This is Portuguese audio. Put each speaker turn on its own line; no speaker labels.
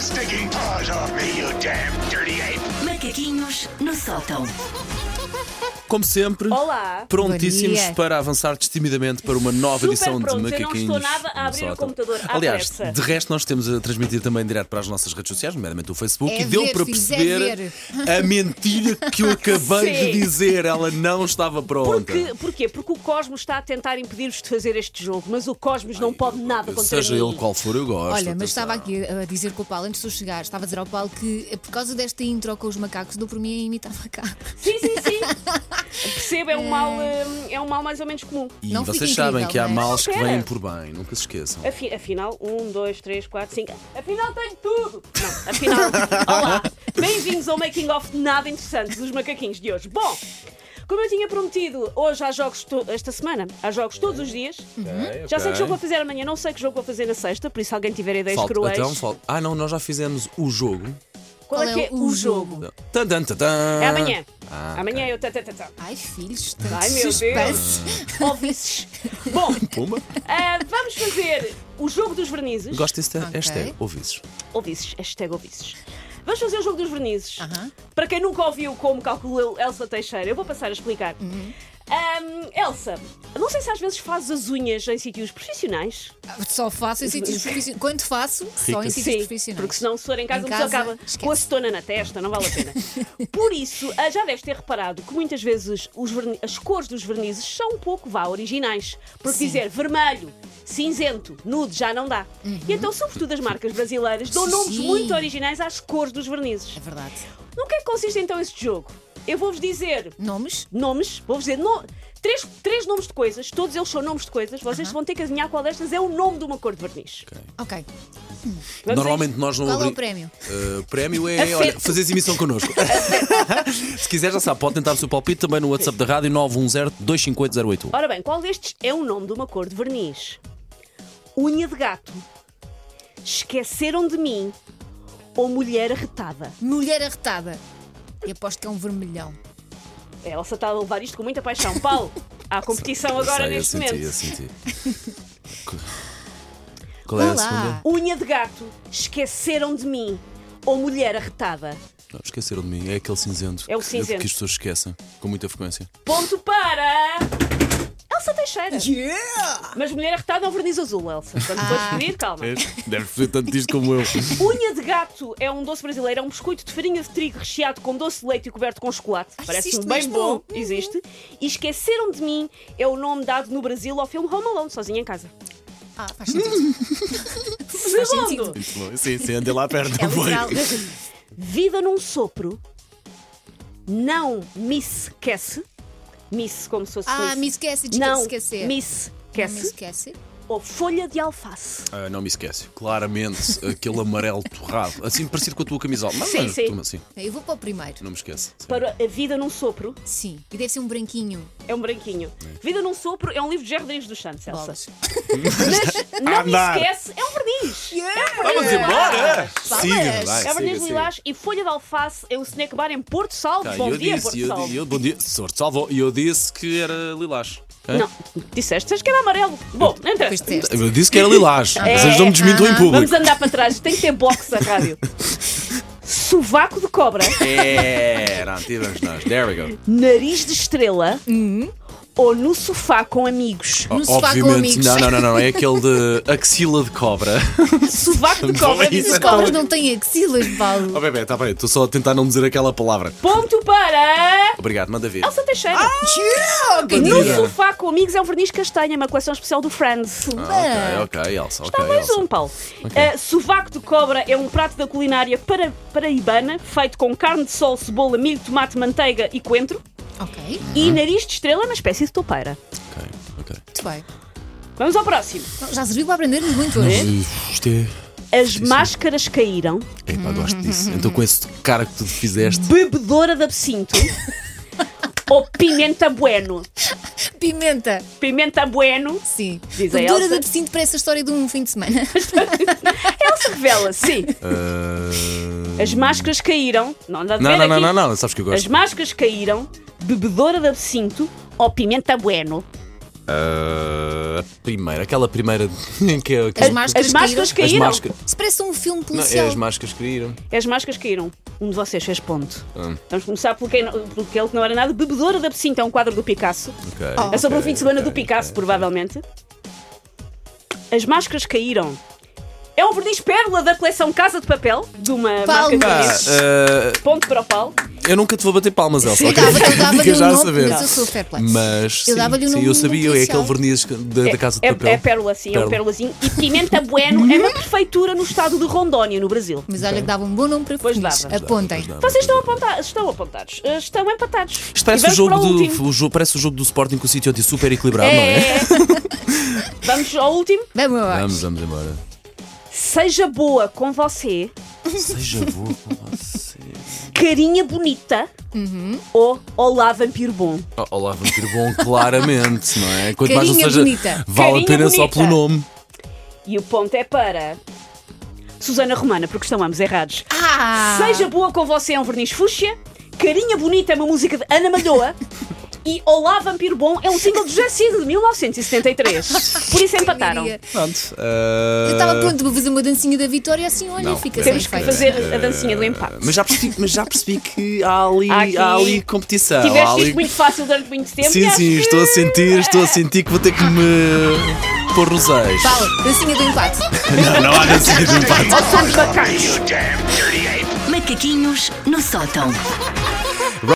stinking paws off me, you damn dirty ape!
Macaquinhos no sótão.
Como sempre,
Olá.
prontíssimos
Bom dia.
para avançar timidamente para uma nova
Super
edição
prontos, eu
de
não
Macaquinhos.
estou nada a
no
abrir o
sótão.
computador, à
Aliás,
pressa.
de resto, nós temos a transmitir também direto para as nossas redes sociais, nomeadamente o Facebook,
É
e deu
ver,
para
filhos, é
perceber a mentira que eu acabei de
Sim.
dizer. Ela não estava pronta.
Porque, porquê? Porque o Cosmos está a tentar impedir-vos de fazer este jogo, mas o Cosmos não pode nada contra
Seja
mim.
ele qual for, eu gosto.
Olha, mas
atenção.
estava aqui a dizer com o Paulo, antes de eu chegar, estava a dizer ao Paulo que eh, por causa desta intro com os macacos, dou por mim a imitar macacos.
Sim, sim, sim. Percebo, é um mal, hum, é um mal mais ou menos comum.
E
Não
vocês
fica
sabem
incrível,
que há
mas-
males que
é? Espera.
vêm por bem, nunca se esqueçam.
Afi- afinal, um, dois, três, quatro, cinco. Afinal, tenho tudo! Não, afinal. Olá! Bem-vindos ao Making of de Nada Interessante dos Macaquinhos de hoje. Bom, como eu tinha prometido, hoje há jogos to- esta semana, há jogos todos os dias. Já sei que jogo vou fazer amanhã, não sei que jogo vou fazer na sexta, por isso se alguém tiver ideias
Falta-
cruéis.
então, falta- Ah, não, nós já fizemos o jogo.
Qual, é que é o jogo?
Tan, tan, tan, tan.
É amanhã.
Ah,
amanhã eu. Tá, tá, tá, tá.
Ai, filhos, tanto
Ai, meu
suspense.
Ouvices. Bom,
Pumba.
ah, vamos fazer o jogo dos vernizes.
Gosto desse hashtag,
Ok.
ouvices.
Ouvices, hashtag ouvices. Vamos fazer o jogo dos vernizes.
Aham.
Para quem nunca ouviu como calculou Elsa Teixeira, eu vou passar a explicar. Ahm, Elsa, não sei se às vezes fazes as unhas em sítios profissionais.
Só faço em sítios profissionais. Quando faço, só em
Rica.
sítios profissionais.
porque senão se for em casa,
Em
a pessoa
casa,
acaba com a
esquece.
cetona na testa, não vale a pena. Por isso, ah, já deves ter reparado que muitas vezes os verni- as cores dos vernizes são um pouco, vá, originais. Porque
Sim.
dizer vermelho, cinzento, nude já não dá. E então, sobretudo as marcas brasileiras, dão
Uhum. Sim.
nomes muito originais às cores dos vernizes.
É verdade.
No que é que consiste então este jogo? Eu vou-vos dizer
Nomes?
nomes, vou-vos dizer no- três, três nomes de coisas, todos eles são nomes de coisas, vocês vão ter que adivinhar qual destas é o nome de uma cor de verniz.
Ok.
Vamos a
Normalmente nós não
Qual é o
abri-
prémio?
Uh, o prémio é olha, fazeres emissão connosco. Se quiser, já sabe, pode tentar o seu palpite também no WhatsApp da rádio 910-258-081.
Ora bem, qual destes é o nome de uma cor de verniz? Unha de gato. Esqueceram de mim. Ou mulher arretada.
Mulher arretada. E aposto que é um vermelhão.
É, A Elsa está a levar isto com muita paixão. Paulo, há competição agora
Sei, eu
neste
senti,
momento.
eu senti. Qual é a
Olá.
segunda?
Unha de gato. Esqueceram de mim. Ou mulher arretada.
Não, esqueceram de mim, é aquele cinzento.
É o
que-
cinzento.
Que as pessoas esquecem com muita frequência.
Ponto para. Elsa Teixeira.
Yeah!
Mas mulher arretada é um verniz azul, Elsa. Quando for
Ah.
escolher, calma.
Deve ser tanto disto como eu.
Unha de gato é um doce brasileiro, é um biscoito de farinha de trigo recheado com doce de leite e coberto com chocolate.
Ah,
Parece-me
existe
bem
mesmo?
bom, existe. E Esqueceram de Mim é o nome dado no Brasil ao filme Home Alone, sozinho em casa.
Ah, faz sentido. Faz
Segundo,
sentido.
Sim, sim, andei lá perto
É
um
também.
literal.
Vida num sopro, não me esquece. Miss, como se fosse
Ah,
miss.
me esquece de
não,
esquecer.
Me
Não me
esquece.
esquece.
Ou folha de alface.
Ah, não me esquece. Claramente, aquele amarelo torrado. Assim, parecido com a tua camisola. Mas,
Sim,
mas,
sim.
toma, sim.
Eu vou para o primeiro.
Não me esquece. Sim.
Para a vida num sopro,
Sim. E deve ser um branquinho.
é um branquinho. Vida num sopro é um livro de Jair Rodrigues dos Santos, Elsa.
Bolas.
Mas não me
Andar.
esquece, é um verniz.
Vamos embora!
Palmas.
Siga, vai, siga,
É verniz
siga.
lilás e folha de alface é um snack bar em Porto Salvo.
Tá,
Bom
eu
dia,
disse,
Porto
eu,
Salvo.
di- eu, bom dia, sorte salvo. E eu disse que era lilás. ok?
Não, disseste, acho que era amarelo. Bom, não
Pois
interessa.
disseste.
Eu disse que era lilás. Vocês não me desmintam em
É. Vamos
público.
andar para trás, tem que ter box a rádio. Sovaco de cobra,
É, não, tivemos nós. There we go.
nariz de estrela ou no sofá com amigos.
No
O-
sofá com
Obviamente,
amigos.
não, não, não, não, é aquele de axila de cobra.
Sovaco de cobra,
Bom,
diz
isso
o
As
é
cobra.
cobras não têm axilas, Paulo.
Oh, bebê, tá bem, estou só a tentar não dizer aquela palavra.
Ponto para
Obrigado, manda ver.
Elsa Teixeira.
Okay.
no
Ah, diga.
sofá com amigos é um verniz castanha, uma coleção especial do Friends.
Ah, ok, ok, Elsa.
Está
ok,
mais
Elsa.
um, Paulo. Eh, sovaco de cobra é um prato da culinária para, paraibana, feito com carne de sol, cebola, milho, tomate, manteiga e coentro.
Ok, muito
Hum.
E nariz de estrela, é uma espécie de toupeira.
Ok, ok.
bem.
Vamos ao próximo.
Não, Já serviu para aprendermos muito hoje.
Isto é.
As máscaras caíram,
Epá, gosto disso. Então, com esse cara que tu fizeste.
bebedora de absinto ou pimenta bueno.
Pimenta.
Pimenta bueno.
Sim.
Diz a
Dura
Elsa.
de absinto para essa história de um fim de semana.
Elsa revela, sim.
ah,
As máscaras caíram. Não, anda a
Não,
ver
não, não,
aqui.
não, não, sabes que eu
As
gosto.
máscaras caíram, bebedora de absinto ou pimenta bueno.
Ah, a primeira, aquela primeira em que, que
As máscaras
As máscaras
caíram.
as
caíram.
máscaras.
Se parece um filme
Não,
policial.
é as máscaras que caíram.
É As máscaras caíram. Um de vocês fez ponto.
Ah.
Vamos começar por quem não- por aquele que não era nada. Bebedora da Absinta é um quadro do Picasso.
Ok,
Oh.
É sobre o
ok,
fim de semana
ok,
do Picasso,
ok.
provavelmente. As máscaras caíram. É um verniz pérola da coleção Casa de Papel, de uma marca
Palmas.
Ah,
de
ah,
Ponto para o Paulo.
Eu nunca te vou bater palmas, Elsa.
Eu
ok?
dava- eu dava-lhe
Fica
um
já a
nome,
saber.
mas eu sou fair play.
Mas sim,
Eu dava-lhe um
sim,
nome
eu sabia, é
policial.
aquele verniz que- da, da casa de
é,
papel.
é pérola, sim, é um
Pérola.
pérola sim. E Pimenta Bueno é uma prefeitura no estado de Rondônia, no Brasil.
Mas olha que dava um bom nome para
Pois
filmes.
dava.
Apontem.
Vocês estão, aponta- estão apontados, eh, estão empatados.
Isto parece
E
o,
vamos para
jogo
o
do,
último.
o jogo- parece o jogo do Sporting com o sítio de super equilibrado, não é?
É. vamos ao último.
Vamos lá.
Vamos, vamos embora.
Seja boa com você,
Seja boa com você.
carinha bonita
Uhum.
ou olá vampiro bom.
Oh, Olá, vampiro bom, claramente, não é? Quanto mais não
Carinha
seja,
bonita.
vale
Carinha
a pena só
bonita.
pelo nome.
E o ponto é para Susana Romana, porque estão ambos errados.
Ah!
Seja boa com você é um verniz fúcsia, Carinha Bonita é uma música de Ana Malhoa e Olá Vampiro Bom é um single de Jacido de 1973. Por isso empataram.
Eu
Pronto. ah,
estava pronto para fazer uma dancinha da vitória assim, olha,
Não,
fica sem
Temos que
efeito.
fazer a dancinha do empate.
Eh, Mas já, percebi, mas já percebi que há ali,
Há aqui-
há ali competição. há
Tiveste
ali...
isto muito fácil durante muito tempo e
Sim,
acho
sim,
que-
estou a sentir, estou a sentir que vou ter que me pôr nos eixos.
Paulo, dancinha do empate.
Não, não há dancinha de empate.
Somos bacanas.
You damn dirty ape!
Macaquinhos no sótão.